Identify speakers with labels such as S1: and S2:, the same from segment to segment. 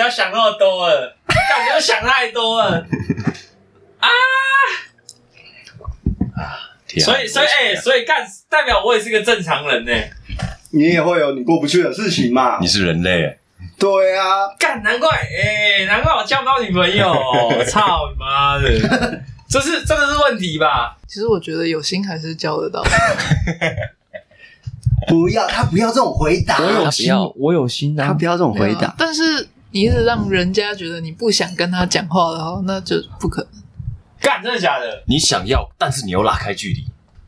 S1: 要想那么多了，感觉想太多 了。
S2: 天啊
S1: 所以，所以，哎、所以干代表我也是个正常人呢、
S3: 你也会有你过不去的事情嘛
S2: 你？是人类，
S3: 对啊，
S1: 干，难怪，哎、难怪我交不到女朋 友，操你妈的！这是这个是问题吧？
S4: 其实我觉得有心还是交得到。
S3: 不要他不要这种回答，
S5: 我有
S6: 他不
S5: 心
S6: 要，
S5: 我有心啊！
S3: 他不要这种 回
S4: 对啊
S3: 答。
S4: 但是你一直让人家觉得你不想跟他讲话的话，那就不可能。
S1: 干，真的假的？
S2: 你想要，但是你又拉开距离，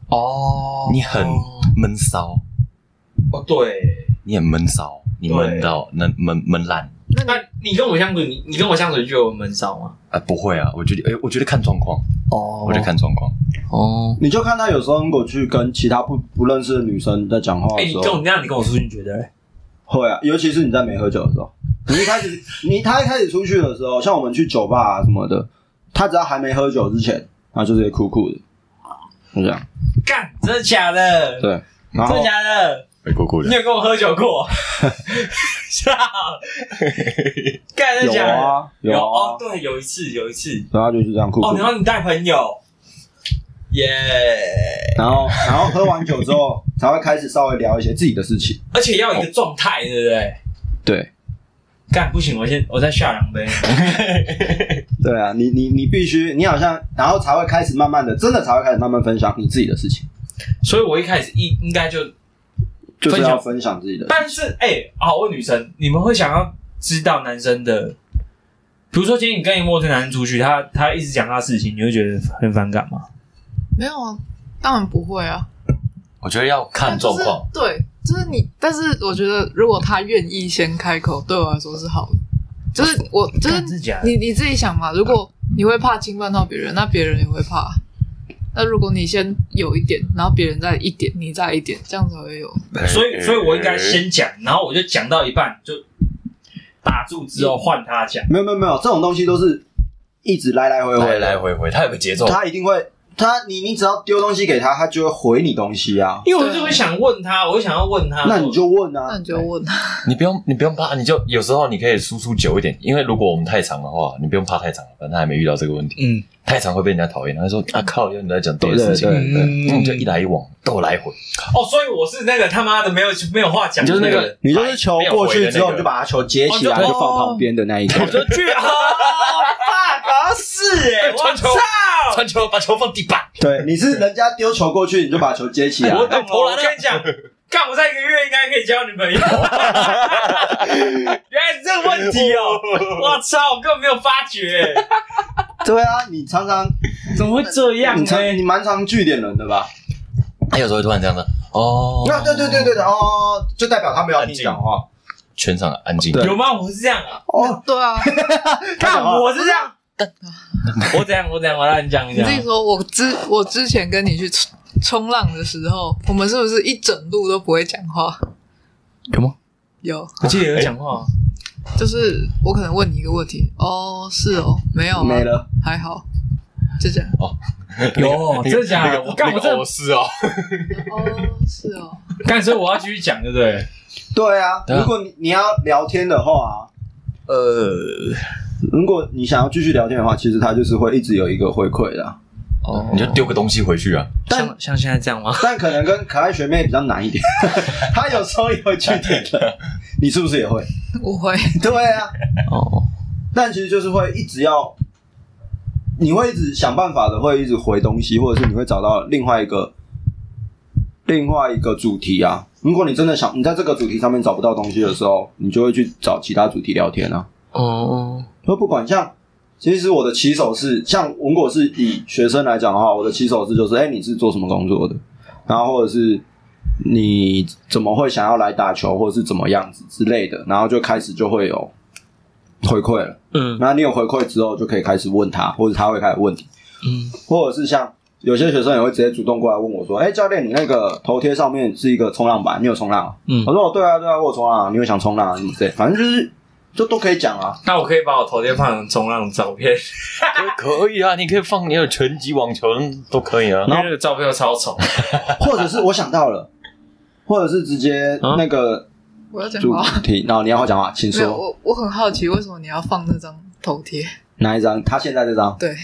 S5: 哦，
S2: 你很闷骚，
S1: 哦，对，
S2: 你很闷骚，你闷到闷闷闷烂
S1: 那你跟我相处，你你跟我相处，你觉得我闷骚吗？
S2: 啊？不会啊，我觉得，哎，我觉得看状况，
S5: 哦，
S2: 我觉得看状况。
S5: 哦，
S3: 你就看他有时候如果去跟其他不不认识的女生在讲话
S1: 哎、
S3: 的
S1: 你
S3: 时
S1: 跟我
S3: 候，
S1: 那样，你跟我出去，你觉得嘞？
S3: 会啊，尤其是你在没喝酒的时候，你一开始 你他一开始出去的时候，像我们去酒吧啊什么的，他只要还没喝酒之前，他就直接酷酷的，就这样。
S1: 干，真的假的？
S3: 对，
S1: 真
S3: 然后
S1: 的假的？
S2: 哎，酷酷
S1: 你，有跟我喝酒 过？操！干，真的
S3: 有
S1: 假的？
S3: 啊有
S1: 哦
S3: 啊，，
S1: 对，有一次，有一次。
S3: 然后他就是这样酷
S1: 哦
S3: 酷，
S1: 然。后你带朋友，耶、
S3: 然后然后喝完酒之后才会开始稍微聊一些自己的事情。
S1: 而且要有一个状态，对不对？
S3: 对
S1: 干不行，我先我再下两杯。
S3: 对啊，你你你必须，你好像然后才会开始慢慢的，真的才会开始慢慢分享你自己的事情，
S1: 所以我一开始应应该就，
S3: 就是
S1: 分享
S3: 要分享自己的。
S1: 但是哎、好，我问女生，你们会想要知道男生的，比如说今天你跟一个陌生男人出去，他他一直讲他的事情，你会觉得很反感吗？
S4: 没有啊，当然不会啊。
S2: 我觉得要看状况，
S4: 但就是。对，就是你。但是我觉得，如果他愿意先开口，对我来说是好的。就是我，就
S1: 干真
S4: 是
S1: 的
S2: 啊
S1: 假的？
S4: 你你自己想嘛，如果你会怕侵犯到别人，那别人也会怕。那如果你先有一点，然后别人再一点，你再一点，这样才会有。
S1: 所 以，所以我应该先讲，然后我就讲到一半就打住，之后换他讲。
S3: 没有没有没有，这种东西都是一直来来回回
S2: 来
S3: 的
S2: 来回回，它有个节奏。
S3: 他一定会，他你你只要丢东西给他，他就会回你东西啊。
S1: 因为我就会想问他，我就想要问
S2: 嗯
S1: 他，
S3: 那你就问啊
S4: 那，你就问他，
S2: 你不用，你不用怕，你就有时候你可以输出久一点，因为如果我们太长的话，你不用怕太长，反正他还没遇到这个问题。
S1: 嗯，
S2: 太长会被人家讨厌，他会说啊靠，你在讲对的事情，
S3: 对
S1: 对对
S2: 嗯
S1: 对
S2: 那你就一来一往，都来回，
S1: 哦，所以我是那个他妈的没有没有话讲
S2: 你
S1: 的
S2: 就是
S1: 人，哎
S2: 那个，
S3: 你就是球过去之后，你就把他球接起来，
S1: 哦就
S3: 就放旁边的那一个。
S1: 我就去啊，爸，是哎，我
S2: 传球
S1: 操，
S2: 传球把球放地板，
S3: 对，你是人家丢球过去，你就把球接起来。
S1: 我懂哎了，我跟你讲。干我在一个月应该可以交女朋友，原 来是这个问题哦！我操，我根本没有发觉，
S3: 对啊，你常常
S1: 怎么会这样啊
S3: 你
S1: 呢？
S3: 常你蛮常据点人的吧？
S2: 他有时候会突然这样的哦，
S3: 那对对对对的哦，就代表他没有听你讲话
S2: 全场安静，
S3: 对
S1: 有吗？我是这样啊，
S2: 哎
S3: 哦。
S4: 对啊，
S1: 看我是这样，我怎样我怎样，我让你讲一
S4: 你
S1: 讲
S4: 自。己说。我之我之前跟你去冲冲浪的时候，我们是不是一整路都不会讲话？
S5: 有吗？
S4: 有，
S1: 我记得有讲话，
S4: 就是我可能问你一个问题，哦，是哦，没有啊
S3: 没，了，
S4: 还好，就这样。
S1: 有哦真的假的？我干我真的
S2: 是哦，
S4: 哦，是哦，
S1: 干，所以我要继续讲，对不对？
S3: 对啊。
S2: 对啊
S3: 如果你你要聊天的话，
S1: 呃，
S3: 如果你想要继续聊天的话，其实他就是会一直有一个回 馈的啊，
S1: 哦
S2: 你就丢个东西回去啊，
S1: 像像现在这样吗？
S3: 但可能跟可爱学妹比较难 一点，她有时候也会据点人，你是不是 也会？
S4: 我会，
S3: 对啊，
S5: 哦，
S3: 但其实就是会一直要，你会一直想办法的，会一直回东西，或者是你会找到另外一个另外一个主题啊。如果你真的想你在这个主题上面找不到东西的时候，你就会去找其他主题聊天啊。
S1: 嗯
S5: 哦，
S3: 说不管像，其实我的起手是像如果是以学生来讲的话，我的起手是就是哎、你是做什么工作的，然后或者是你怎么会想要来打球，或者是怎么样子之类的，然后就开始就会有回馈了。
S5: 嗯
S3: 那你有回馈之后，就可以开始问他，或者他会开始问你，
S5: 嗯，
S3: 或者是像有些学生也会直接主动过来问我说：“哎、教练，你那个头贴上面是一个冲浪板，你有冲浪、啊？”
S5: 嗯
S3: 我说：“哦，对啊，对啊，我有冲浪、啊，你有想冲浪啊？什么之类，反正就是就都可以讲啊。
S1: 那我可以把我头贴放成冲浪的照片，
S2: 可以啊，你可以放你有拳击、网球都可以啊
S1: 因为那个照片又超丑。
S3: 或者是我想到了，或者是直接那个、
S4: 我要讲
S3: 主
S4: 话。
S3: 题，然后你要好讲话，请
S4: 没有，
S3: 说
S4: 我我很好奇，为什么你要放那张头贴？
S3: 哪一张？他现在这张，
S4: 对，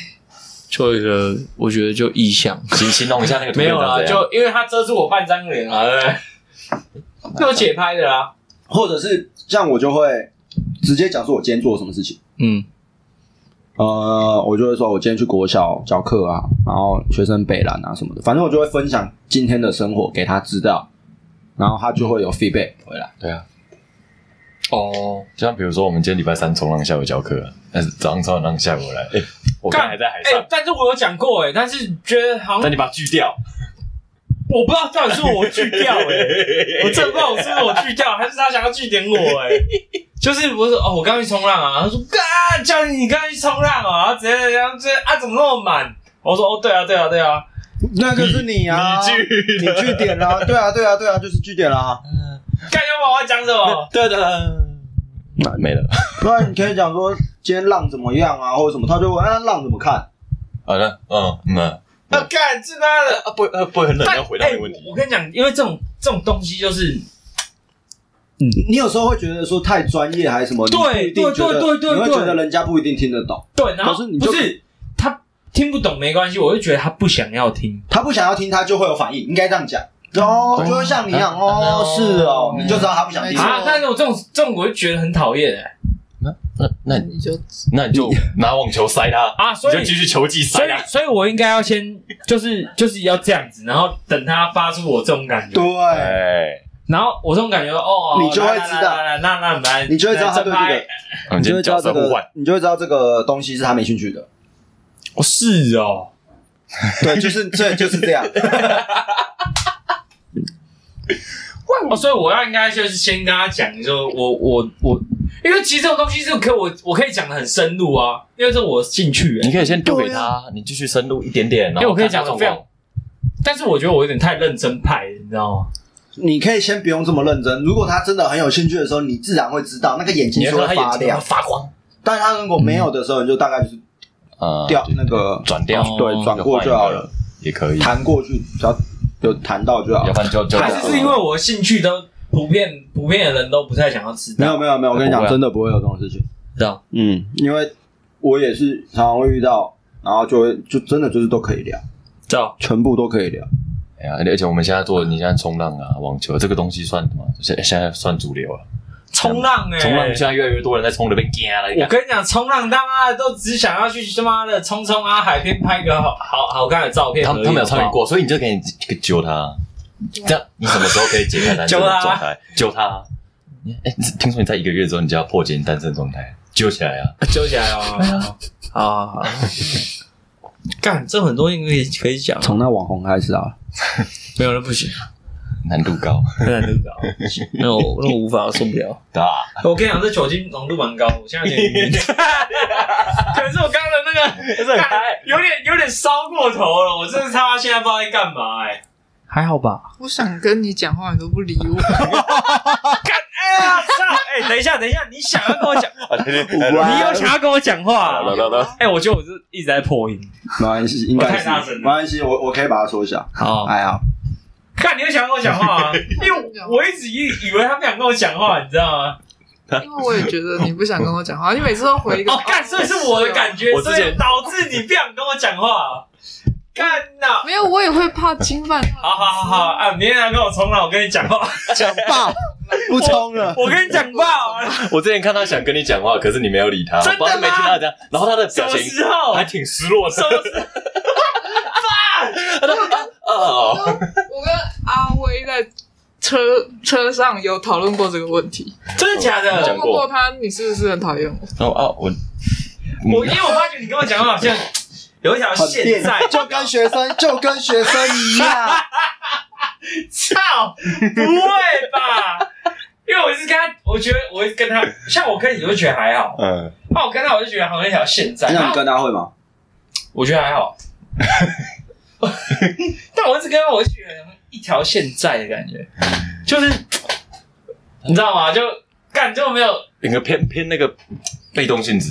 S5: 就一个，我觉得就意向，
S2: 请形容一下那个图
S1: 没
S2: 片
S1: 有啊
S2: 长
S1: 啦，
S2: 怎样啊
S1: 就因为他遮住我半张脸啊，对不对？ 那我解拍的啊啦，
S3: 或者是像我就会直接讲说我今天做了什么事情。
S5: 嗯，
S3: 呃，我就会说，我今天去国小教课啊，然后学生北兰啊什么的，反正我就会分享今天的生活给他知道，然后他就会有 feedback 回来。
S2: 对啊，
S5: 哦，
S2: 就像比如说我们今天礼拜三冲浪，下午教课啊，但是早上冲完浪，下午来，哎，我刚才还在海
S1: 哎
S2: 上，，
S1: 但是我有讲过哎，但是觉得好
S2: 那
S1: 像
S2: 你把它锯掉，
S1: 我不知道到底是我去掉哎。 我真的不知道我是不是我锯掉，还是他想要据点我、欸？哎，就是我说哦，我刚刚去冲浪啊，他说啊，教练你刚刚去冲浪啊，然后直接这样这啊怎么那么满？我说哦对啊对啊对啊，
S3: 那个是你啊，
S2: 你去
S3: 你据点啦、对啊，对啊，对啊，就是据点啦、
S1: 干要不然我要讲什 么？
S2: 对的，那没了。
S3: 不然你可以讲说今天浪怎么样啊，或者什么，他就问啊浪怎么看？
S2: 好了，嗯嗯啊，
S1: 啊干这妈的！
S2: 啊不呃不会很冷，要回答
S1: 哎
S2: 那个问题。
S1: 我跟你讲，因为这种这种东西就是
S3: 你有时候会觉得说太专业还是什么，你
S1: 对
S3: 不一定
S1: 对
S3: 觉得
S1: 对对对
S3: 你会
S1: 对
S3: 觉得人家不一定听得懂，
S1: 对，然
S3: 可
S1: 后
S3: 是你就
S1: 不是他听不懂没关系，我就觉得他不想要听。
S3: 他不想要听，他就会有反应，应该这样讲。哦，就会像你一样，哦，是哦，你就知道他不想听
S4: 没。错
S1: 啊，但是我这种这种我就觉得很讨厌哎
S2: 那那
S4: 你就
S2: 那你就拿网球塞他，
S1: 啊，
S2: 你
S1: 所
S2: 就
S1: 以
S2: 继续球技
S1: 所
S2: 塞
S1: 以
S3: 哎
S2: 他。
S1: 所以我应该要先就是就是要这样子，然后等他发出我这种感觉。
S3: 对，
S2: 哎，
S1: 然后我这种感觉，哦，
S3: 你就会知道
S1: 来来来来那那我们来，
S3: 你就会知道他对这
S1: 来
S3: 个
S1: 正拍。
S2: 我们
S3: 你
S2: 今
S3: 就
S2: 天
S3: 会知道
S2: 角色
S3: 这
S2: 互换
S3: 个，，你就会知道这个东西是他没兴趣 的。
S1: 哦，是哦，
S3: 对，就是这就是这样。
S1: 哦，所以我要应该就是先跟他讲，就我我我，因为其实这种东西是可以我我可以讲的很深入啊，因为这我兴趣、
S2: 你
S1: 欸，
S2: 可以先丢给
S3: 啊
S2: 他，你继续深入一点点，然
S1: 因为
S2: 后
S1: 我可以
S2: 看他
S1: 讲得
S2: 状
S1: 非常
S2: 况
S1: 但是我觉得我有点太认真派了，你知道吗？
S3: 你可以先不用这么认真。如果他真的很有兴趣的时候，你自然会知道那个眼睛
S2: 你要
S3: 是
S2: 看
S3: 会
S2: 他
S3: 发
S2: 眼睛
S3: 亮。
S2: 发光，
S3: 但是他如果没有的时候，你就大概就是
S2: 啊
S3: 掉那个
S2: 转掉，
S5: 哦
S3: 对转过就好了，，
S2: 也可以。
S3: 弹过去只要有弹到就好
S2: 要。不然就就
S1: 还是是因为我兴趣都普遍普遍的人都不太想要知
S3: 没
S1: 道，
S3: 有没有没有，我跟你
S2: 不
S3: 讲，
S2: 会啊
S3: 真的不会有这种事情。
S5: 知道，
S3: 嗯，因为我也是常常会遇到，然后就会就真的就是都可以聊，
S1: 知道？
S3: 全部都可以聊。
S2: 哎呀，而且我们现在做，你现在冲浪啊、网球这个东西算什么？现现在算主流啊，
S1: 冲浪哎、
S2: 冲浪现在越来越多人在冲的被惊了，
S1: 我跟你讲，冲浪他妈的都只想要去他妈的冲冲啊，海边拍个好好好看的照片而已。
S2: 他们他们有参
S1: 好不
S2: 与
S1: 好，
S2: 过，所以你就可以揪他。这样你什么时候可以解开单身的状态？ 揪他。哎，听说你在一个月之后，你就要破解你单身状态，揪起来啊！
S1: 揪起来哦。
S5: 啊，好
S1: 干，这很多应该可以可以讲，
S3: 从那网红开始啊，
S1: 没有那不 行，
S2: 难度 高，
S1: 很难得到。
S5: 那我那我无法受不了，
S2: 对吧？
S1: 我跟你讲，这酒精浓度蛮高，我现在有点 晕。可是我刚刚的那个干有点有点烧过头了，我真的他妈现在不知道在干嘛哎、
S5: 还好吧？
S4: 我想跟你讲话，你都不理我。
S1: 哎呀，操！哎，等一下，等一下，你想要跟我讲，
S3: 哇
S1: 你有想要跟我讲话？
S2: 来来来，
S1: 哎、我觉得我是一直在破音。
S3: 没关系，应该
S1: 我太大声
S3: 是
S1: 了
S3: 没关系，我我可以把它缩小，
S5: 好，
S3: 还好。
S1: 看你会想跟我讲 话啊，因为我一直以以为他不想跟我讲话，你知道吗？
S4: 因为我也觉得你不想跟我讲话，你每次都回一个。
S1: 哦，干，所以是我的感觉，
S2: 我之
S1: 所
S2: 前
S1: 以导致你不想跟我讲话。 干呐、
S4: 没有，我也会怕侵犯到。
S1: 好好好好啊，明天来跟我冲浪，我跟你讲话，
S3: 讲爆，不冲了。
S1: 我跟你讲话，
S2: 我之前看他想跟你讲话，可是你没有理他，
S1: 真的
S2: 我不知道他没听到这样，然后他的
S1: 什
S2: 表
S1: 么
S2: 情
S1: 时候？
S2: 还挺失落
S1: 什
S2: 的。
S1: 么时候？
S2: 哦，
S4: 我跟阿威在车车上有讨论过这个问题，
S1: 真的假
S4: 我
S2: 讲
S1: 的？
S4: 问
S2: 过
S4: 过他你是不是很讨厌我？
S2: 然后啊，我
S1: 我因为我发觉你跟我讲话好像有一条
S3: 很
S1: 线在，
S3: 就跟学生就跟学生一 样，
S1: 操，不会吧？因为我是跟他，我觉得我会跟他，像我跟你，我就觉得还好。
S2: 嗯，
S1: 那我跟他，我就觉得好像一条线在。
S3: 那你跟他会吗？
S1: 我觉得还好， 但我一直跟他，我就觉得一条线在的感觉，就是你知道吗？就干就没有
S2: 一个偏偏那个被动性质，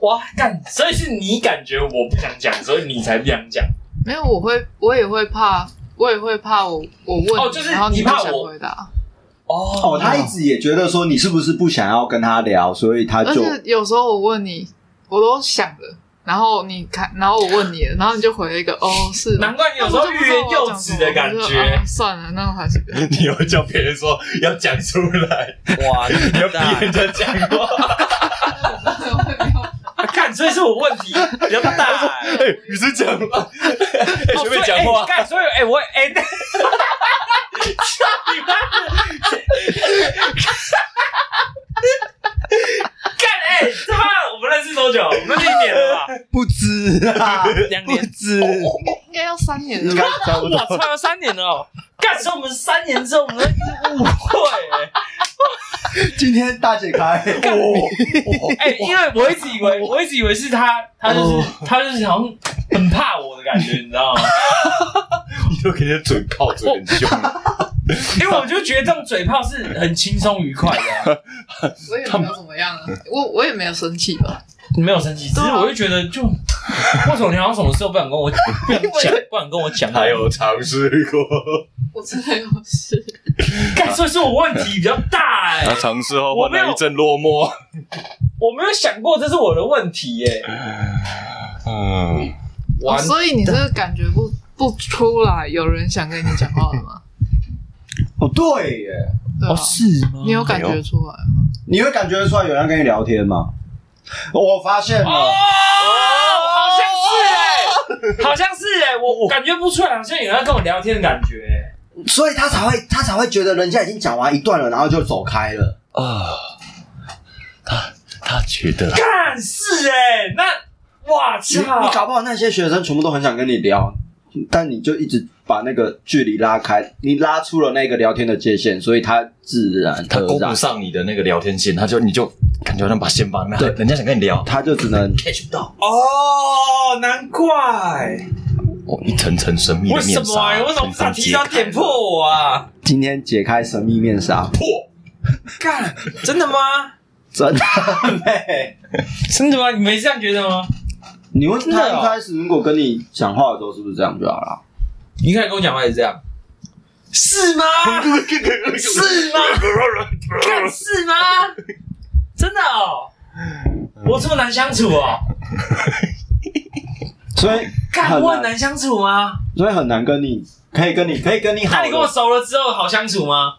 S1: 哇干，所以是你感觉我不想讲，所以你才不想讲。
S4: 没有，我会我也会怕，我也会怕我我问你
S1: 哦就是
S4: 然后
S1: 你
S4: 不
S1: 怕
S4: 想
S1: 我
S4: 回答。
S5: 哦
S3: 哦，他一直也觉得说你是不是不想要跟他聊，所以他
S4: 而
S3: 就
S4: 且有时候我问你，我都想了，然后你看，然后我问你了，然后你就回了一个哦是哦，
S1: 难怪你有时候欲言又止的感
S4: 我就啊
S1: 觉。
S4: 算了，那我还是不 要。
S2: 你又叫别人说要讲出来，
S5: 哇，
S2: 你
S5: 你
S2: 要逼人家讲话。
S1: 啊看，所以是我问题比较大、欸。
S2: 哎，你是讲话，哎
S1: 哦
S2: 随便讲话
S1: 所以哎，干、所以哎、我哎，那你妈的干哎、他妈的，我们认识多久？我们认识一年了 吧？
S3: 不知啊，
S5: 两
S3: 不
S5: 年，
S3: 知，
S5: 哦
S4: 应该要三年 了
S3: 应
S4: 吧
S3: 该？差不多
S1: 哇，。操，有三年了哦！干，所以我们三年之后，我们一直误会、欸。
S3: 今天大姐开，
S1: 哎、哦因为我一直以为，我一直以为是他，他就是、他就是好像很怕我的感觉，你知道 吗？
S2: 你都给人家嘴靠嘴很 凶，
S1: 因为我就觉得这种嘴炮是很轻松愉快的、啊，
S4: 我也没有怎么样啊，我我也没有生气吧？
S1: 没有生气，只是我就觉得就。为什么你好像什么事都不想跟我不想讲，不想跟我讲？
S2: 他有啊尝试过，
S4: 我真的有事，
S1: 干，所以是我问题比较大哎、
S2: 他尝试后
S1: 我
S2: 换
S1: 没有
S2: 来一阵落寞。
S1: 我没有想过这是我的问题耶、
S2: 嗯，
S1: 完
S4: 哦所以你这个感觉 不不出来，有人想跟你讲话了吗？
S3: 哦，对耶，
S4: 对啊，
S5: 吗
S4: 你有感觉出来吗？
S3: 你会感觉得出来有人跟你聊天吗？我发现
S1: 哦，
S3: 了，
S1: 好像是哎、好像是哎、我我感觉不出来，好像有人要跟我聊天的感觉、欸。
S3: 所以他才会他才会觉得人家已经讲完一段了，然后就走开了。
S2: 啊，他他觉得
S1: 干是哎、那哇
S3: 你你
S1: 操！
S3: 搞不好那些学生全部都很想跟你聊，但你就一直把那个距离拉开，你拉出了那个聊天的界限，所以他自然
S2: 他
S3: 而
S2: 勾不
S3: 然
S2: 上你的那个聊天线，他就你就感觉好像把线绑那，
S3: 对
S2: 人家想跟你聊，他
S3: 他就只能
S2: catch 不到。
S1: 哦，难怪
S2: 哦，一层层神秘的
S1: 为什
S2: 面
S1: 么、
S2: 纱，
S1: 啊？为什么
S2: 层
S1: 不
S2: 层
S1: 把提早
S2: 揭开
S1: 点破我啊？
S3: 今天解开神秘面纱，
S2: 破？
S1: 干，真的吗？
S3: 真 的妹。
S1: 真的吗？你没这样觉得吗？
S3: 你问
S1: 真的
S3: 他
S1: 哦
S3: 一开始如果跟你讲话的时候是不是这样就好了？
S1: 你一开始跟我讲话也是这样，是吗？是吗？干是吗？真的哦，我这么难相处哦，
S3: 所以
S1: 干
S3: 很
S1: 我很难相处吗？
S3: 所以很难跟你，可以跟你，可以跟你好
S1: 那
S3: 的。
S1: 你跟我熟了之后好相处吗？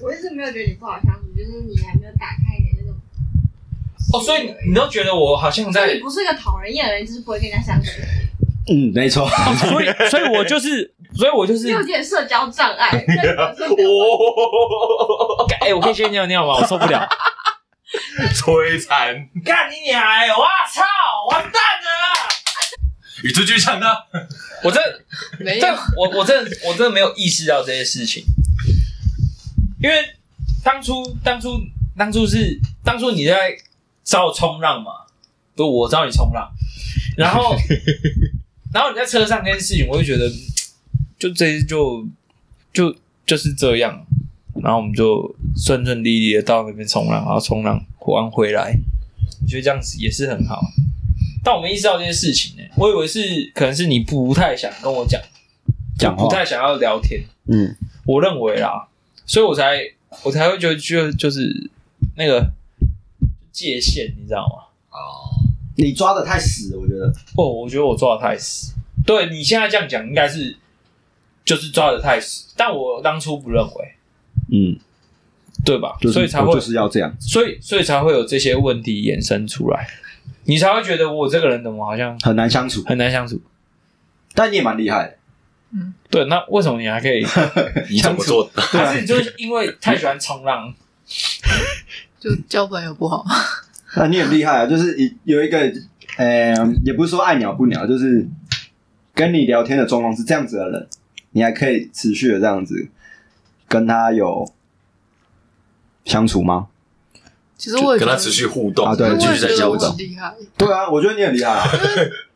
S6: 我一直没有觉得你不好相处，就是你还没有打开你的那种。
S1: 哦，所以你都觉得我好像在
S6: 你，不是个讨人厌的人，就是不会跟人家相处，
S3: 嗯，没错，
S1: 哦所以所以我就是，所以我就是
S6: 你有点社交障 碍。
S2: 哦，
S1: 干哎、我可以先尿尿吗？我受不了。
S2: 摧残！
S1: 干你娘、欸！我操，完蛋了！
S2: 与之俱强的，
S1: 我真
S4: 没有
S1: 但，我我真的我真的没有意识到这些事情，因为当初当初当初是当初你在找我冲浪嘛，不，我找你冲浪，然后然后你在车上这件事情，我就觉得就这就就就是这样，然后我们就顺顺利利的到那边冲浪，然后冲浪玩回来，我觉得这样子也是很好。但我没意识到这件事情呢、我以为是可能是你不太想跟我讲。
S3: 讲
S1: 不
S3: 话，
S1: 太想要聊天，
S3: 嗯，
S1: 我认为啦，所以我才我才会觉得就就是那个界限，你知道吗？
S3: 你抓的太死，我觉得。
S1: 哦，我觉得我抓的太死。对你现在这样讲，应该是就是抓的太死，但我当初不认为，
S3: 嗯，
S1: 对吧？
S3: 就是
S1: 所以才
S3: 我
S1: 会
S3: 就，是要这样，
S1: 所以所以才会有这些问题衍生出来，你才会觉得我这个人怎么好像
S3: 很难相处，
S1: 很难相处。
S3: 但你也蛮厉害的。
S1: 对，那为什么你还 可以？
S2: 你怎么做的？
S3: 啊
S1: 还是你就是因为太喜欢冲浪？
S4: 就交朋友不好。
S3: 那你很厉害啊，就是一有一个，呃，也不是说爱鸟不鸟，就是跟你聊天的状况是这样子的人，你还可以持续的这样子跟他有相处吗？
S4: 其实我也觉
S2: 跟
S4: 得
S2: 他持续互动，
S3: 啊对
S4: 我也
S2: 继
S4: 觉
S2: 续在
S4: 得
S2: 交
S4: 我
S2: 流
S4: 很。厉害。
S3: 对啊，我觉得你很厉害啊。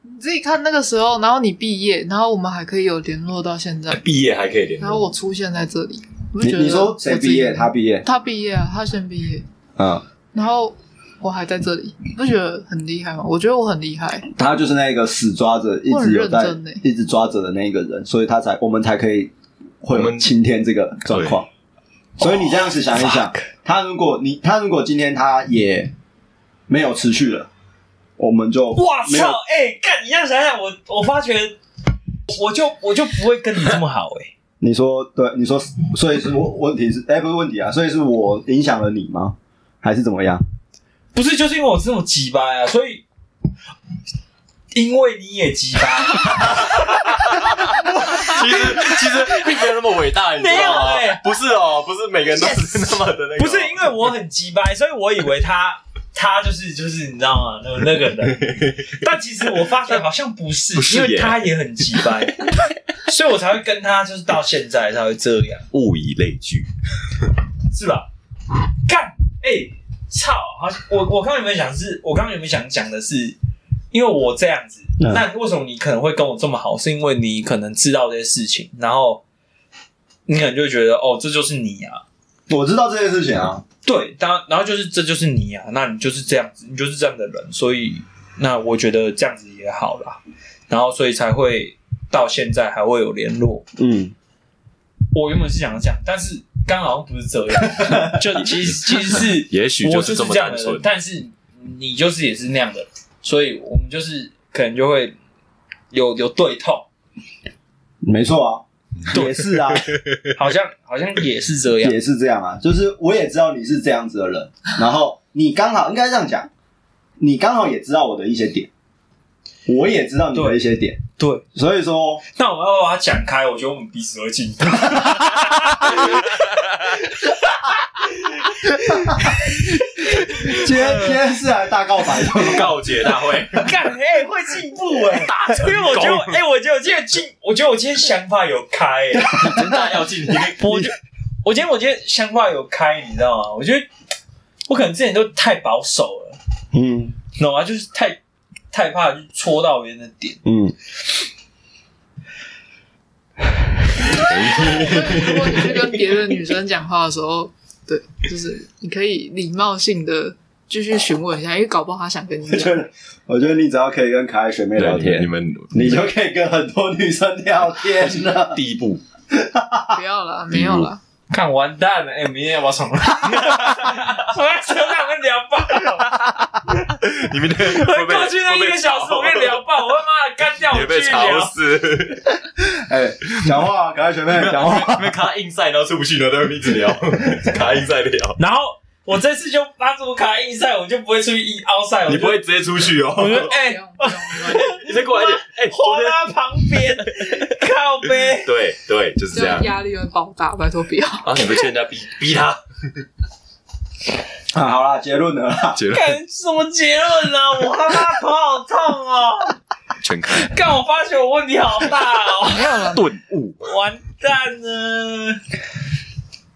S4: 你自己看那个时候，然后你毕业，然后我们还可以有联络到现在，
S2: 哎毕业还可以联
S4: 然后我
S2: 络，
S4: 出现在这里，我就
S3: 你
S4: 觉得
S3: 你说谁
S4: 我自己
S3: 毕业？他毕业，
S4: 他毕业啊，他先毕业，
S3: 嗯，
S4: 然后我还在这里，你不觉得很厉害吗？我觉得我很厉害，
S3: 他就是那个死抓着，一直有
S4: 我
S3: 在
S4: 很认真欸
S3: 一直抓着的那一个人，所以他才我们才可以会
S2: 我
S3: 有
S2: 们
S3: 今天这个状况。所以你这样子想一想，他如果你他如果今天他也没有持续了，我们就
S5: 哇
S3: 没有
S5: 操！哎，干，你这样想想，我我发觉，我就我就不会跟你这么好哎。
S3: 你说对，你说，所以是我问题是，哎、不是问题啊，所以是我影响了你吗？还是怎么样？
S5: 不是，就是因为我这么鸡巴呀，所以因为你也鸡巴，
S2: 其实其实并没有那么伟大，你知道吗？
S5: 没有欸
S2: 不是哦，不是每个人都是那么的那个哦，
S5: 不是因为我很鸡巴，所以我以为他他就是就是你知道吗？啊那那个 人，但其实我发觉好像不是，
S2: 不是
S5: 因为
S2: 耶
S5: 他也很鸡巴，所以我才会跟他就是到现在才会这样，
S2: 物以类聚，
S5: 是吧？干，哎、操！好像我我刚刚有没有想是，我刚刚有没有想讲的是，因为我这样子，
S3: 嗯
S5: 那为什么你可能会跟我这么好？是因为你可能知道这些事情，然后你可能就会觉得哦，这就是你啊，
S3: 我知道这件事情啊，
S5: 对，当然后就是这就是你啊，那你就是这样子，你就是这样的人，所以那我觉得这样子也好啦，然后所以才会到现在还会有联络。
S3: 嗯，
S5: 我原本是想讲，但是刚好好像不是这样， 就其实其实是
S2: 也许
S5: 我
S2: 是
S5: 是
S2: 这么
S5: 样
S2: 单
S5: 的人
S2: 纯，。
S5: 但是你就是也是那样的人，所以我们就是可能就会有有对 痛，
S3: 没错啊，也是啊，
S5: 好像好像也是这样，
S3: 也是这样啊，就是我也知道你是这样子的 人，然后你刚好应该这样讲，你刚好也知道我的一些点，我也知道你的一些点，
S5: 对。
S3: 所以说
S5: 那我们要把它讲开，我觉得我们彼此会进步。
S3: 今天今天是来大告白的，
S2: 告解大会，
S5: 干哎、会进步 哎、因为我觉得我哎、我觉得我今天进，我觉得我今天想法有开、 欸，
S2: 真的要 进，
S5: 我就我今天我今天想法有开，你知道吗？我觉得我可能之前都太保守了，
S3: 嗯
S5: 你懂吗？就是太太怕去戳到别人的点。
S3: 嗯，
S4: 如果你去跟别的女生讲话的时候，对，就是你可以礼貌性的继续询问一下，因为搞不好她想跟你
S3: 我
S4: 讲
S3: 觉。得我觉得你只要可以跟可爱学妹聊
S2: 对，
S3: 天
S2: 你，们
S3: 你就可以跟很多女生聊天啊 了。
S2: 第一步，
S4: 不要啦，没有啦，
S5: 看完蛋了，哎、明天要不要重 来？我在车上跟聊爆了，
S2: 你们的会被
S5: 过去那一个小时我跟你，聊爆，我他妈的干掉
S2: 会
S5: 我
S2: 被
S5: 去
S2: 吵也被吵
S5: 聊。
S2: 死，
S3: 哎，讲话啊，可爱学妹，讲话。
S2: 因为卡硬塞，然后出不去，然后在那边一直 聊，卡硬塞聊，
S5: 然后我这次就发出卡硬赛，我就不会出去硬凹赛，我
S2: 你
S5: 就
S2: 不会直接出去哦，
S5: 我就哎。
S4: 不用不用没关系，
S2: 你再过 来一点，哎，
S5: 滑到旁边，靠背。
S2: 对对， 就是啊
S4: 这
S2: 这样
S4: 样。压力会爆大，拜托不要。
S2: 啊，你不劝人家逼逼他，
S3: 啊，好啦，结论了啦。
S2: 结论
S5: 干什么结论呢、啊？我他妈头好痛哦！
S2: 全开，
S5: 干，我发觉我问题好大哦，
S4: 没有啦，
S2: 顿悟，
S5: 完蛋了，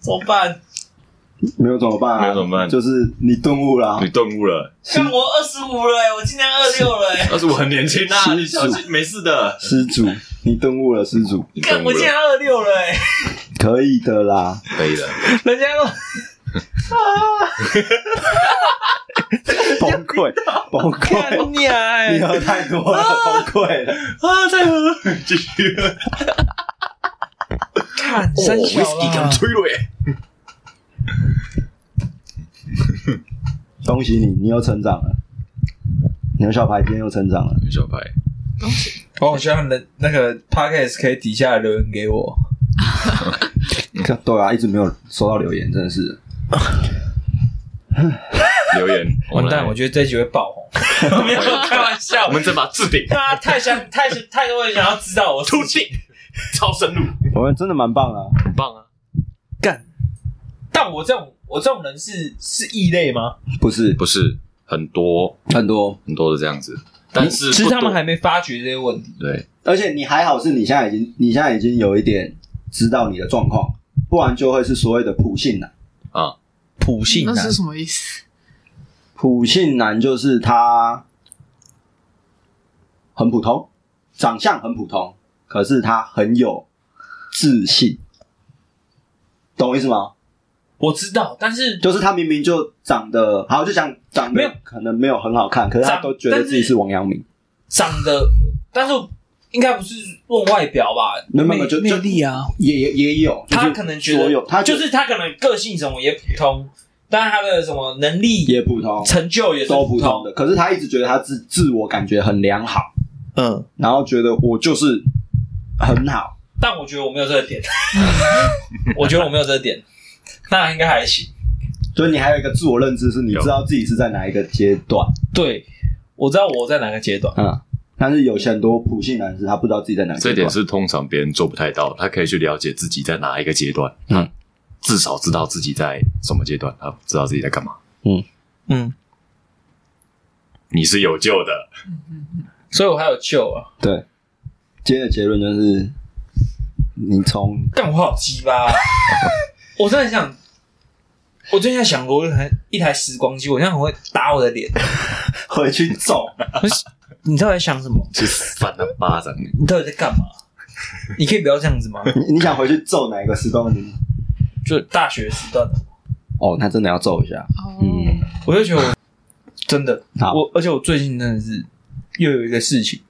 S5: 怎么办？
S3: 没有怎么办啊？
S2: 没有怎么办
S3: 就是你顿悟啦
S2: 你。顿悟了。
S5: 像我二十五了、欸，我今年二六了、 欸，
S2: 但是我很年轻 啊，
S3: 是
S2: 你小心，没事的。
S3: 施主，你顿悟了，施主，
S2: 你
S5: 干，
S2: 顿悟
S5: 我今年
S2: 了，哎
S5: 二六了、欸，
S3: 可以的啦。
S2: 可以 了。
S5: 人家都
S3: 崩溃，崩溃，
S5: 干你啊、
S3: 你
S5: 欸！
S3: 喝太多了，崩溃了。
S5: 啊，再喝，
S2: 继续，
S5: 看
S2: 哦
S5: 三小啊
S2: ，whisky
S5: 啦
S2: 刚，吹了耶，
S3: 恭喜你，你又成长了。牛小排今天又成长了，
S2: 小白，
S5: 哦，我希望人那个 podcast 可以底下留言给我。
S3: 看对啊，一直没有收到留言，真的是。
S2: 留言
S5: 完蛋，我觉得这一集会爆红。没有开玩笑
S2: 我，们这把置 顶
S5: 大家啊太想太太多人想要知道我
S2: 出镜，超深入，
S3: 我们真的蛮棒啊，
S2: 很棒啊！
S5: 干，但我这种我这种人是是异类吗？
S3: 不是
S2: 不是很多
S3: 很多，
S2: 很多的这样子，但是
S5: 其实
S2: 不
S5: 他
S2: 多
S5: 们还没发觉这些问题。
S2: 对
S3: 而且你还好是你现在已经，你现在已经有一点知道你的状况，不然就会是所谓的普信男。
S2: 啊，
S5: 普信
S4: 那
S5: 男
S4: 是什么意思？
S3: 普信男就是他很普通，长相很普通，可是他很有自信，懂我意思吗？
S5: 我知道，但是
S3: 就是他明明就长得好，就想长
S5: 没有
S3: 得可能没有很好看，可是他
S5: 长
S3: 都觉得自己是王阳明。
S5: 长得，但是应该不是论外表吧？
S3: 那么就
S1: 魅
S3: 就
S1: 力啊，
S3: 也也也有，
S5: 他
S3: 就是
S5: 可能觉得
S3: 所有，他
S5: 就是他可能个性什么也普通，但是他的什么能力、
S3: 也普通，
S5: 成就也是
S3: 都
S5: 普
S3: 普通
S5: 通。
S3: 的。可是他一直觉得他自自我感觉很良好，
S1: 嗯，
S3: 然后觉得我就是很好，
S5: 但我觉得我没有这个点， 我觉得我没有这个点，那应该还行。
S3: 所以你还有一个自我认知是你知道自己是在哪一个阶段，
S5: 对，我知道我在哪个阶段。
S3: 嗯。但是有些很多普信男是他不知道自己在哪个
S2: 这
S3: 阶
S2: 一点
S3: 段，
S2: 是通常别人做不太到，他可以去了解自己在哪一个阶段，
S3: 嗯
S2: 他至少知道自己在什么阶段，他知道自己在干嘛。
S1: 嗯，
S2: 你是有救的，
S5: 所以我还有救啊！
S3: 对。今天的结论就是，你从
S5: 干我好鸡巴、 我真的很想，我最近在想过，我有台一台时光机，我现在很会打我的脸。
S3: 回去揍，
S5: 你到底在想什么？
S2: 去翻他巴 掌。
S5: 你到底在干嘛？你可以不要这样子吗？
S3: 你你想回去揍哪一个时段？
S5: 就大学时段的，
S3: 哦，那真的要揍一下。
S4: 哦，
S3: 嗯，
S5: 我就觉得我真的，
S3: 好
S5: 我而且我最近真的是又有一个事情，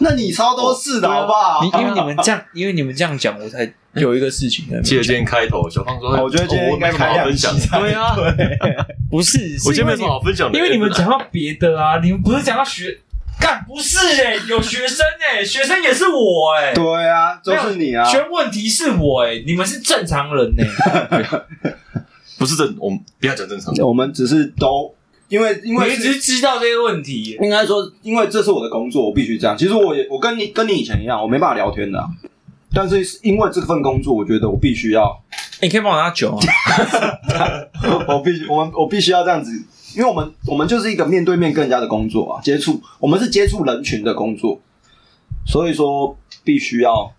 S3: 那你超多事的好不好？
S5: 你因哦为你们这样，因为你们这样讲，我才有一个事情在那边。
S2: 记得今天开头，小胖说：“
S3: 我觉得今天
S2: 哦
S3: 应
S2: 没
S3: 该
S2: 什么
S3: 开
S2: 好
S3: 两
S2: 分
S3: 集
S2: 享。”
S3: 才
S2: 对啊，
S5: 不是，
S2: 我今
S5: 是因
S2: 天
S5: 为
S2: 没什
S5: 你
S2: 么好分享的，
S5: 因为你们讲到别的啊，你们不是讲到学干？不是哎、有学生 哎、学生也是我哎、
S3: 对啊，就是你啊。
S5: 全问题是我哎、你们是正常人哎、
S2: 不是正，我们不要讲正常的。
S3: 我们只是都因为因
S5: 你
S3: 为
S5: 们
S3: 是
S5: 只是知道这些问题、欸
S3: 应该说，因为这是我的工作，我必须这样。其实我也我跟你跟你以前一样，我没办法聊天的啊、但是因为这份工作，我觉得我必须要，
S5: 你可以帮我拿酒啊，
S3: 我必须我们我必须要这样子，因为我们我们就是一个面对面跟人家的工作啊，接触我们是接触人群的工作，所以说必须要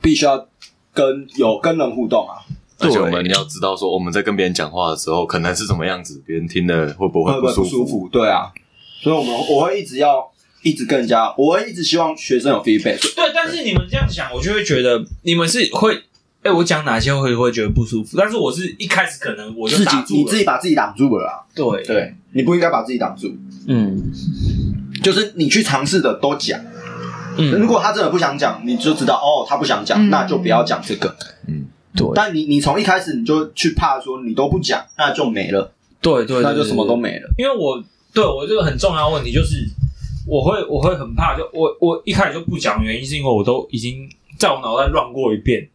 S3: 必须要跟有跟人互动啊，
S2: 而且我们要知道说，我们在跟别人讲话的时候，可能是什么样子，别人听了会不
S3: 会
S2: 会
S3: 不会
S2: 舒
S3: 不舒？服？对啊，所以我们我会一直要一直跟人家，我会一直希望学生有 feedback，
S5: 对，但是你们这样想，我就会觉得你们是会，哎、我讲哪些会会觉得不舒服，但是我是一开始可能我就
S3: 自
S5: 打
S3: 己
S5: 住
S3: 你
S5: 了，
S3: 自己把自己挡住了啊。
S5: 对，
S3: 对，你不应该把自己挡住，
S1: 嗯
S3: 就是你去尝试的都讲。如
S1: 嗯，
S3: 果他真的不想讲，你就知道哦，他不想讲，
S4: 嗯
S3: 那就不要讲这个。
S1: 嗯对
S3: 但你你从一开始你就去怕说你都不讲，那就没了，
S1: 对对，
S3: 那就
S1: 对
S3: 什么都，没了。
S5: 因为我对我这个很重要的问题就是，我会我会很怕，就我我一开始就不讲，原因是因为我都已经在我脑袋乱过一遍，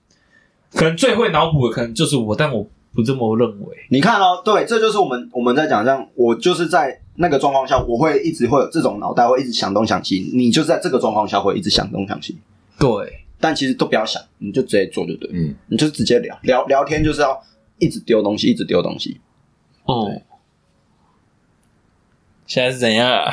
S5: 可能最会脑补的可能就是我，但我不这么认为。
S3: 你看哦，对，这就是我们我们在讲，像我就是在那个状况下，我会一直会有这种脑袋会一直想东想西，你就是在这个状况下会一直想东想西，
S5: 对，
S3: 但其实都不要想，你就直接做就对了，
S2: 嗯，
S3: 你就直接聊聊聊天，就是要一直丢东西，一直丢东西。
S1: 哦，现在是怎样啊？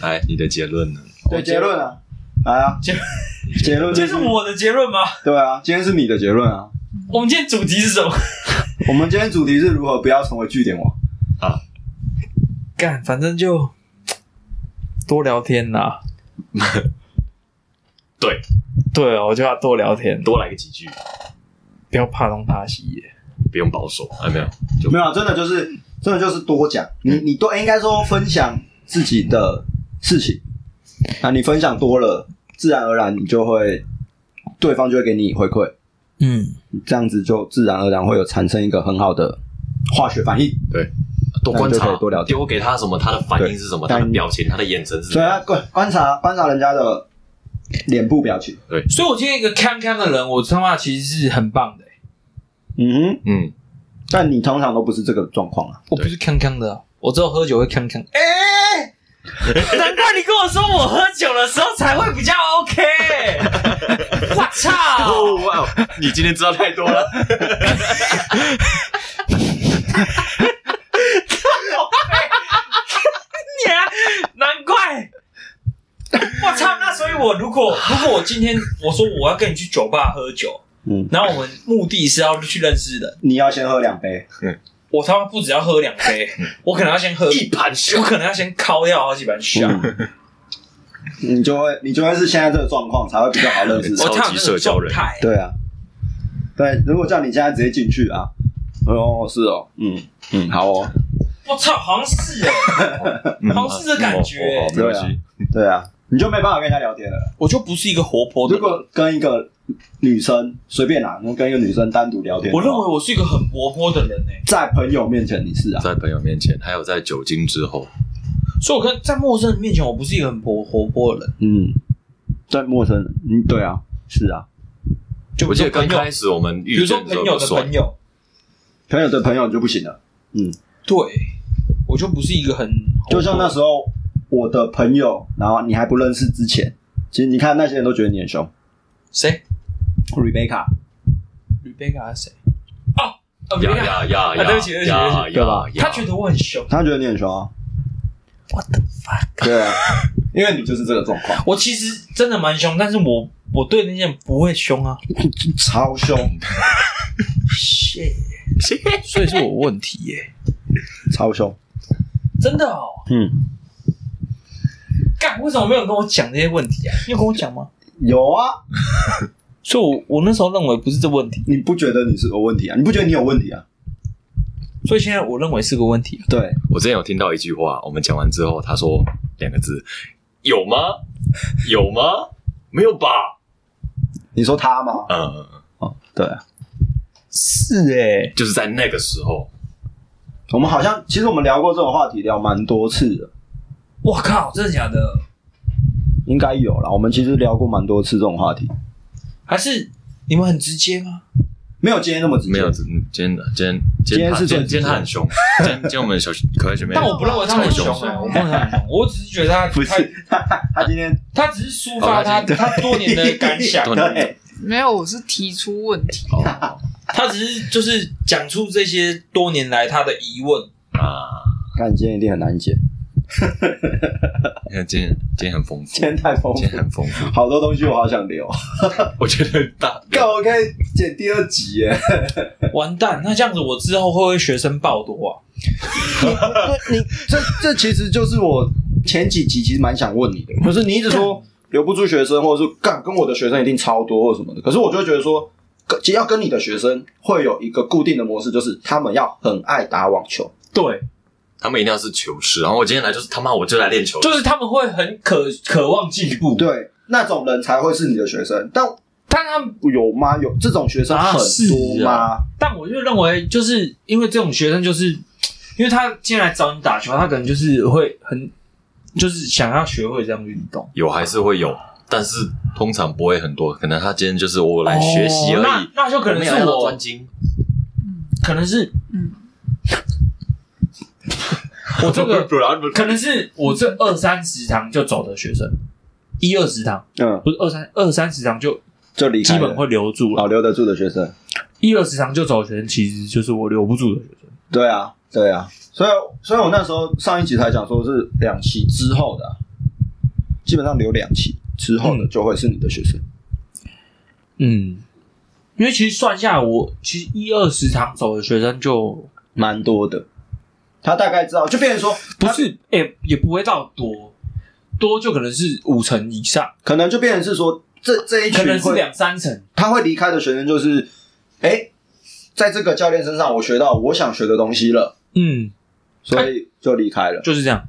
S2: 来，哎你的结论呢？
S3: 对，结论啊，来啊，
S5: 结
S3: 结论就
S5: 这是我的结论吗？
S3: 对啊，今天是你的结论啊。
S5: 我们今天主题是 什么？
S3: 我们今天主题是如何不要成为据点王。
S1: 干，反正就多聊天啦。
S2: 对
S1: 对哦，我就要多聊天，
S2: 多来个几句，
S1: 不要怕东怕西耶。
S2: 不用保守，啊，没有，就
S3: 没有，真的就是真的就是多讲，你你多应该说分享自己的事情啊，你分享多了，自然而然你就会对方就会给你回馈，
S1: 嗯，
S3: 这样子就自然而然会有产生一个很好的化学反应。
S2: 多观
S3: 那就可
S2: 察，
S3: 以多聊天
S2: 丢给他什么，他的反应是什么，
S3: 对
S2: 他的表情，他的眼神是什
S3: 所以啊，
S2: 么，
S3: 观观察观察人家的脸部表情，
S5: 所以，我今天一个康康的人，我他妈其实是很棒的、
S3: 嗯哼，
S2: 嗯，
S3: 但你通常都不是这个状况啊。
S5: 我不是康康的啊、我只有喝酒会康康。哎、 难怪你跟我说我喝酒的时候才会比较 OK。我操！
S2: 哦哇，你今天知道太多了，
S5: 你啊，难怪。我操！那所以，我如果如果我今天我说我要跟你去酒吧喝酒，
S3: 嗯，
S5: 然后我们目的是要去认识人，
S3: 你要先喝两杯，
S5: 我他妈不只要喝两杯，我可能要先喝
S2: 一盘
S5: 我
S2: 香，
S5: 可能要先敲掉好几盘啊香。
S3: 嗯你就会你就会是现在这个状况才会比较好认识人。
S5: 我操，
S2: 超级社交人
S5: 那个状态
S3: 对啊，对，如果叫你现在直接进去啊，哦，是哦，嗯嗯，好哦，
S5: 我操，好像是哎、
S2: 嗯
S5: 好像是这感觉
S2: 哦哦哦没关
S3: 对
S2: 系，
S3: 对啊，你就没办法跟人家聊天了。
S5: 我就不是一个活泼的
S3: 如
S5: 人。
S3: 果跟一个女生随便啦，你跟一个女生单独聊天的
S1: 我
S3: 话，
S1: 认为我是一个很活泼的
S5: 欸
S1: 人呢、
S3: 在朋友面前你是啊，
S2: 在朋友面前，还有在酒精之后，
S1: 所以我看在陌生人面前，我不是一个很活活泼的人。
S3: 嗯，在陌生人，嗯，对啊，是啊，
S1: 就
S2: 我记得
S1: 比如说
S2: 刚
S1: 朋友
S2: 开，始我们
S1: 比
S2: 遇
S1: 如
S2: 见
S1: 说
S2: 的时候
S1: 朋友
S2: 不
S1: 的
S2: 算
S1: 朋，友，
S3: 朋友的朋友就不行了。
S1: 对我就不是一个很活泼
S3: 就像那时候我的朋友，然后你还不认识之前，其实你看那些人都觉得你很凶。
S1: 谁
S3: Rebecca，
S1: Rebecca 是谁？哦，
S2: 呀
S1: Rebecca
S2: 呀呀
S1: 啊
S2: 呀，
S1: 对不起对不起对不
S2: 呀
S1: 起
S3: 对吧
S2: 呀，
S1: 他觉得我很凶，
S3: 他觉得你很凶啊。What the fuck？对啊，因为你就是这个状况，
S1: 我其实真的蛮凶，但是我我对那些人不会凶啊。
S3: 超凶，
S5: 所以是我问题耶、
S3: 超凶。
S1: 真的哦，
S3: 嗯，
S1: 干为什么没有人跟我讲这些问题啊？你有跟我讲吗？
S3: 有啊，
S1: 所以我，我那时候认为不是这问题，
S3: 你不觉得你是有问题啊？你不觉得你有问题啊？
S1: 所以现在我认为是个问题。啊
S3: 对，
S2: 我之前有听到一句话，我们讲完之后，他说两个字：有吗？有吗？没有吧？
S3: 你说他吗？
S2: 嗯，
S3: 哦，对啊，
S5: 是哎、
S1: 欸
S2: 就是在那个时候，
S3: 我们好像其实我们聊过这种话题，聊蛮多次的，
S1: 我靠，真的假的？
S3: 应该有啦。我们其实聊过蛮多次这种话题，
S1: 还是你们很直接吗？
S3: 没有今天那么直接，
S2: 没有，今天今天
S3: 今天
S2: 他
S3: 是
S2: 今
S3: 最
S2: 天今天他很凶，今天今天我们小可爱学妹，
S1: 但我不认为他很凶
S4: 超凶
S1: 哎、我不认为他很凶，我只是觉得他
S3: 不是， 他今天
S1: 他他只是抒发他他多年的感想，
S2: 多年
S3: 对，
S4: 没有，我是提出问题。
S2: 哦
S1: 他只是就是讲出这些多年来他的疑问。
S2: 啊，
S3: 看今天一定很难解，
S2: 你看今天今天很丰富，
S3: 今天太丰富
S2: 今天，很丰富，
S3: 好多东西我好想聊。
S2: 我觉得大
S3: 干，我可以剪第二集耶！
S1: 完蛋，那这样子我之后会不会学生爆多啊？
S3: 你这这其实就是我前几集其实蛮想问你的，可是你一直说留不住学生，或者是干跟我的学生一定超多或什么的，可是我就会觉得说，跟只要跟你的学生会有一个固定的模式，就是他们要很爱打网球，
S1: 对，
S2: 他们一定要是球师，然后我今天来就是他妈我就来练球，
S1: 就是他们会很渴渴望进步，，
S3: 对，那种人才会是你的学生。但
S1: 但他们
S3: 有吗？有这种学生
S1: 啊
S3: 很
S1: 是
S3: 多吗？
S1: 啊但我就认为，就是因为这种学生，就是因为他进来找你打球，他可能就是会很，就是想要学会这样运动。
S2: 有还是会有，但是通常不会很多，可能他今天就是我来学习而
S1: 哦
S2: 已，
S1: 那那就可能
S2: 没
S1: 是
S2: 有要到
S1: 我
S2: 专，精，
S1: 可能是
S4: 嗯，
S1: 我这个，
S2: 不然不
S1: 可能是我这二三十堂就走的学生，一二十堂
S3: 嗯，
S1: 不是二三二三十堂就
S3: 就离开
S1: 基
S3: 了
S1: 本会留住
S3: 保
S1: 了，
S3: 留得住的学生。
S1: 一二十堂就走的学生，其实就是我留不住的学生。
S3: 对啊，对啊，所以所以我那时候上一集才讲说是两期之后的啊、基本上留两期之后的
S1: 嗯
S3: 就会是你的学生。
S1: 嗯，因为其实算下来，我其实一二十堂走的学生就
S3: 蛮多的。他大概知道，就变成说，
S1: 不是，哎、也不会到多，多就可能是五成以上，
S3: 可能就变成是说，这这一
S1: 可能
S3: 群
S1: 是
S3: 会
S1: 两三成。
S3: 他会离开的学生就是，哎、在这个教练身上我学到我想学的东西了，
S1: 嗯，
S3: 所以就离开了。
S1: 就是这样。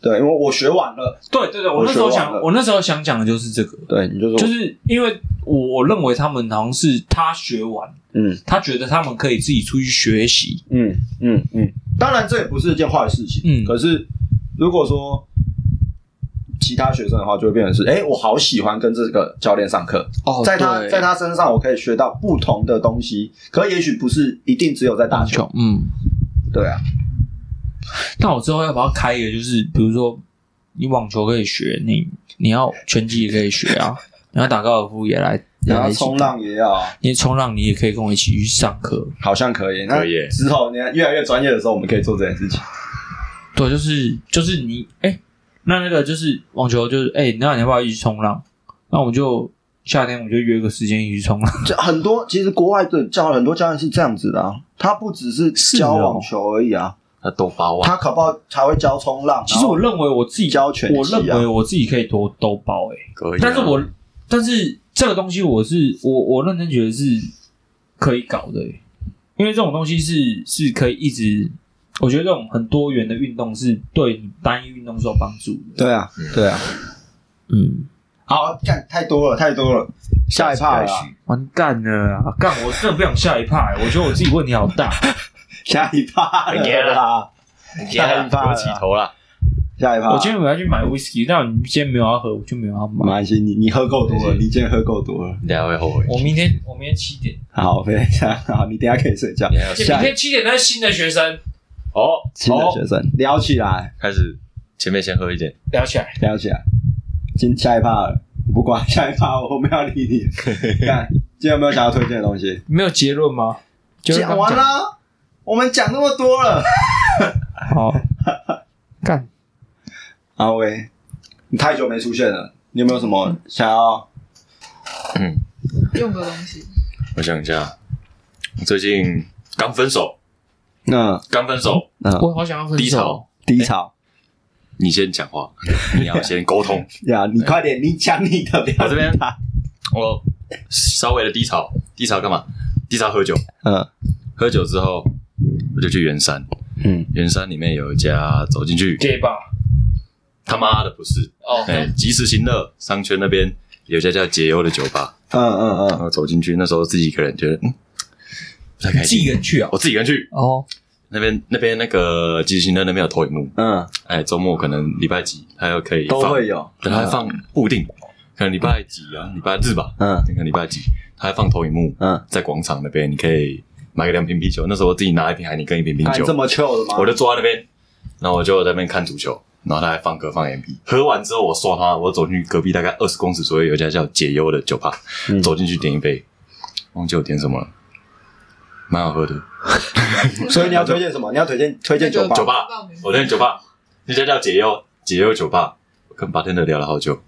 S3: 对，因为我学完了，
S1: 对对对，我
S3: 我
S1: 那时候
S3: 学完
S1: 想，
S3: 了
S1: 我那时候想讲的就是这个，
S3: 对，你就说，
S1: 就是因为我我认为他们好像是他学完，
S3: 嗯
S1: 他觉得他们可以自己出去学习。
S3: 嗯嗯嗯，当然这也不是一件坏事情，
S1: 嗯
S3: 可是如果说其他学生的话，就会变成是，哎、我好喜欢跟这个教练上课，
S5: 哦，
S3: 在他
S5: 对
S3: 在他身上我可以学到不同的东西，可也许不是一定只有在打球，
S5: 嗯，
S3: 对啊，
S1: 那我之后要不要开一个，就是比如说你网球可以学，你你要拳击也可以学啊，你要打高尔夫也来，也
S3: 然
S1: 来
S3: 后
S1: 一起
S3: 冲浪也要，
S1: 你冲浪你也可以跟我一起去上课。
S3: 好像可以，那
S2: 可以
S3: 之后你越来越专业的时候，我们可以做这件事情，
S1: 对，就是就是你哎、那那个就是网球，就是哎、那你要不要一起冲浪？那我们就夏天我们就约个时间一起冲浪。
S3: 这很多其实国外的教很多教练是这样子的、啊，他不只是
S1: 是
S3: 教
S1: 哦
S3: 网球而已啊，
S2: 他都八万，
S3: 他搞不好还会教冲浪，
S1: 其实我认为我自己
S3: 教拳击啊
S1: 我认为我自己可以多都包哎、
S2: 可以啊
S1: 但是我但是这个东西我是我我认真觉得是可以搞的、欸，因为这种东西是是可以一直。我觉得这种很多元的运动是对你单一运动是有帮助的。
S3: 对啊，对啊。
S5: 嗯，
S3: 好，干太多了，太多了，下一趴啊了
S2: 该
S3: 啦，
S2: 许
S5: 完蛋了啊！干
S1: 我真的不想下一趴、欸，我觉得我自己问题好大。
S3: 下一趴了 啦，下一趴
S2: 我
S3: 了
S2: 起
S3: 啦，
S2: 头了，
S3: 下一趴。
S1: 我今天本来去买 whisky，但你今天没有要喝，我就没有要
S3: 没
S1: 买。
S3: 关系，你你喝够多了，你今天喝够多了。
S2: 你等一下会后悔。
S1: 我明天我明天七点，
S3: 好，非常好，你等一下可以睡觉。
S2: 你还有
S1: 明
S3: 下一
S1: 天七点那是新的学生
S2: 哦，
S3: 新的学生聊起来，
S2: 开始前面先喝一点，
S1: 聊起来，
S3: 聊起来。今下一趴了，我不管 下一趴，我没有理 你。看，今天有没有想要推荐的东西？
S1: 没有结论吗？
S5: 就是
S3: 讲完
S5: 刚
S3: 啦，我们讲那么多了。
S5: 讲 好，干
S3: 阿威，你太久没出现了，你有没有什么
S5: 嗯
S3: 想要？
S4: 用个东西，
S2: 我想一下，我最近刚分手，
S3: 那
S2: 刚分手，
S5: 我好想要分
S2: 嗯低
S5: 手
S2: 潮，
S3: 低潮
S2: 你先讲话， 你要先沟通。
S3: 哎呀，你快点，你讲你的，不要
S2: 我这边
S3: 理他
S2: 我稍微的低潮，低潮干嘛？低潮喝酒，
S3: 嗯
S2: 喝酒之后我就去圆山，
S3: 嗯，
S2: 圆山里面有一家走进去，
S1: gay 吧。
S2: 他妈的不是，
S1: 哦，
S2: 哎、及时行乐商圈那边有一家叫解忧的酒吧，
S3: 嗯嗯
S2: 然
S3: 嗯，
S2: 后走进去，那时候自己一个人觉得嗯不太开
S1: 自己一个
S2: 心，
S1: 人去啊？
S2: 我自己一个人去
S5: 哦，
S2: 那边那边那个及时行乐那边有投影幕，
S3: 嗯，
S2: 哎、周末可能礼拜几他又可以
S3: 都
S2: 放
S3: 会有，
S2: 对，他还放固定，可能礼拜几啊，礼拜日吧，
S3: 嗯
S2: 可能礼拜几，他还放投影幕，
S3: 嗯，
S2: 在广场那边，你可以买个两瓶啤酒。那时候我自己拿一瓶海尼跟一瓶冰
S3: 看
S2: 酒
S3: 这，么糗的吗？
S2: 我就坐在那边，然后我就在那边看足球，然后他还放歌放 MP。喝完之后我刷他，我走进去隔壁大概二十公尺左右有一家叫解忧的酒吧，
S3: 嗯
S2: 走进去点一杯，忘记我点什么了，蛮好喝的。
S3: 所以你要推荐什么？你要推荐推荐酒吧？
S2: 酒吧我点酒吧，那家叫解忧解忧酒吧，我跟 bartender 聊了好久，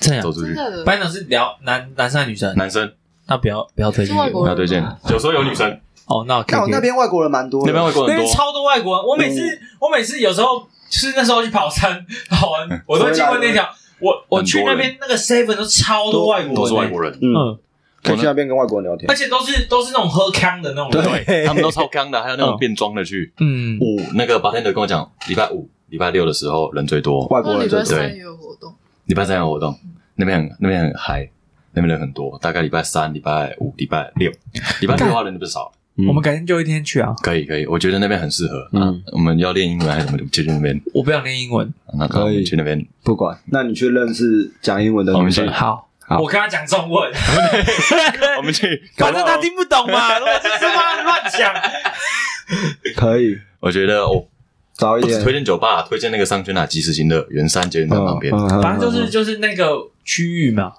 S5: 这样
S2: 走出
S4: 真
S2: 去，
S4: 的
S1: 班长是聊男男生还是女生？
S2: 男生
S5: 那不要不要推
S4: 是
S5: 荐
S4: 外
S5: 给我
S4: 国
S2: 他
S4: 人
S2: 推荐
S4: 吗，
S2: 有时候有女生。
S5: 哦，那我可以
S3: 看我那边外国人蛮多
S2: 那
S3: 的，
S2: 边外国
S1: 那
S2: 人
S1: 边
S2: 多，
S1: 超多外国人，我每次、我每次有时候就是那时候去跑山跑完，我都会经过那条，我我去那边那个 seven 都超多外国人、
S2: 都是外国 人，
S3: 嗯，
S5: 嗯，
S3: 可以去那边跟外国人聊天
S2: 哎
S1: 而。且都是都是那种喝康的那种人，
S3: 对
S2: 他们都超刚的，还有那种变装的去。
S5: 嗯，
S2: 五那个 bartender 跟我讲，礼拜五、礼拜六的时候人最多，
S3: 外国
S4: 那
S3: 人
S4: 礼
S3: 最
S4: 拜
S3: 多，
S4: 三也有活动，
S2: 礼拜三有活动，那边很那边很嗨，那边人很多，大概礼拜三、礼拜五、礼拜 六，礼拜六的话人就不少了。
S5: 我们改天就一天去啊，
S2: 可以可以，我觉得那边很适合。
S3: 嗯
S2: 嗯，我们要练英文还是什么，就去那边。
S5: 我不想练英文，
S2: 那那我
S3: 可以
S2: 们去那边，
S3: 不管。那你去认识讲英文的女 生
S2: 哦我们，去
S5: 好，
S1: 我跟他讲中文，
S2: 我们去。
S5: 反正他听不懂嘛，
S1: 我就是乱乱讲。
S3: 可以
S2: 我觉得我
S3: 早一
S2: 不只
S3: 点哦
S2: 推。荐酒吧，推荐那个商圈啊，及时行乐圆山捷运站旁边，
S1: 反正就是
S3: 嗯
S1: 就是那个
S5: 区域嘛，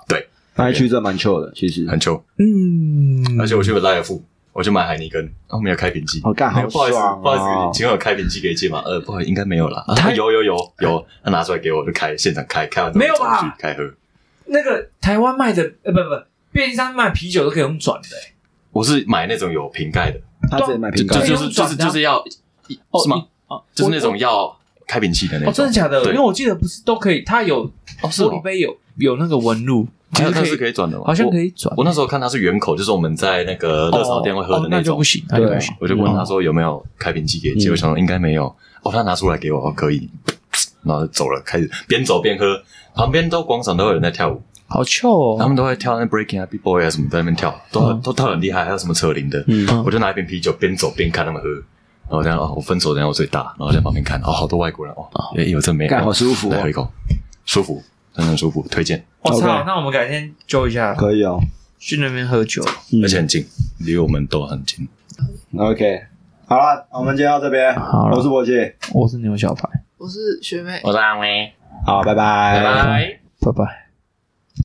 S3: 那一区真的蛮糗的，其实。
S2: 很秋。
S5: 嗯，
S2: 而且我去了莱尔富，我去买海尼根，他们有开瓶器。
S3: 哦干
S2: 没有
S3: 好
S2: 不好意思，
S3: 爽哦
S2: 不好意思，请问有开瓶器可以借吗？呃，不好意思，应该没有啦。啊
S5: 他
S2: 有有有有，他拿出来给我，我就开，现场开，开完之后
S1: 没有吧
S2: 我就去开喝。
S1: 那个台湾卖的，呃，不不，便利商卖啤酒都可以用转的、欸，
S2: 我是买那种有瓶盖的，
S3: 他直接买瓶
S2: 就
S3: 盖
S1: 对，
S2: 就是就
S1: 转
S2: 是
S1: 的啊
S2: 就是要
S5: 哦
S2: 是吗？
S5: 哦
S2: 就是那种要开瓶器的那
S1: 哦，真的
S2: 种。
S1: 假的？因
S2: 对
S1: 为我记得不是都可以，它有
S2: 哦，是
S5: 玻璃
S2: 哦，
S5: 杯有有那个纹路，其
S2: 还有
S5: 实
S2: 它是
S5: 可
S2: 可
S5: 以，
S2: 以转的吗？
S5: 好像可
S2: 以。
S5: 以转。
S2: 我那时候看它是圆口，就是我们在那个热炒店会喝
S5: 哦
S2: 的
S5: 哦那就
S2: 种
S5: 不。行，那就不行。
S2: 我就问他说有没有开瓶器给借，
S3: 嗯
S2: 我想说应该没有。哦，他拿出来给我，哦可以，然后就走了，开始边走边喝。旁边都广场都有人在跳舞，
S5: 好臭
S2: 他
S5: 哦，
S2: 们都会跳那 breaking 啊、b boy 啊什么，在那边跳，都很、
S5: 嗯
S2: 都跳得很厉害，还有什么扯铃的。
S3: 哦嗯
S2: 我就拿一瓶啤酒边走边看他们喝，然后这样哦，我分手然后我最大，然后在旁边看，哦，好多外国人哦，也有这没
S3: 干好
S2: 有，
S3: 舒服
S2: 来
S3: 哦
S2: 喝一，口，舒服，真的很舒服，推荐，
S1: 我操
S3: OK，
S1: 那我们改天揪一下，
S3: 可以哦。
S5: 去那边喝酒。
S3: 嗯
S2: 而且很近，离我们都很近。
S3: OK，好了，我们今天到这边，
S5: 好了
S3: 我是博奇，
S5: 我是牛小排，
S4: 我是学妹。
S1: 我是阿威，
S3: 好，拜拜
S1: 拜。拜。
S5: 拜拜。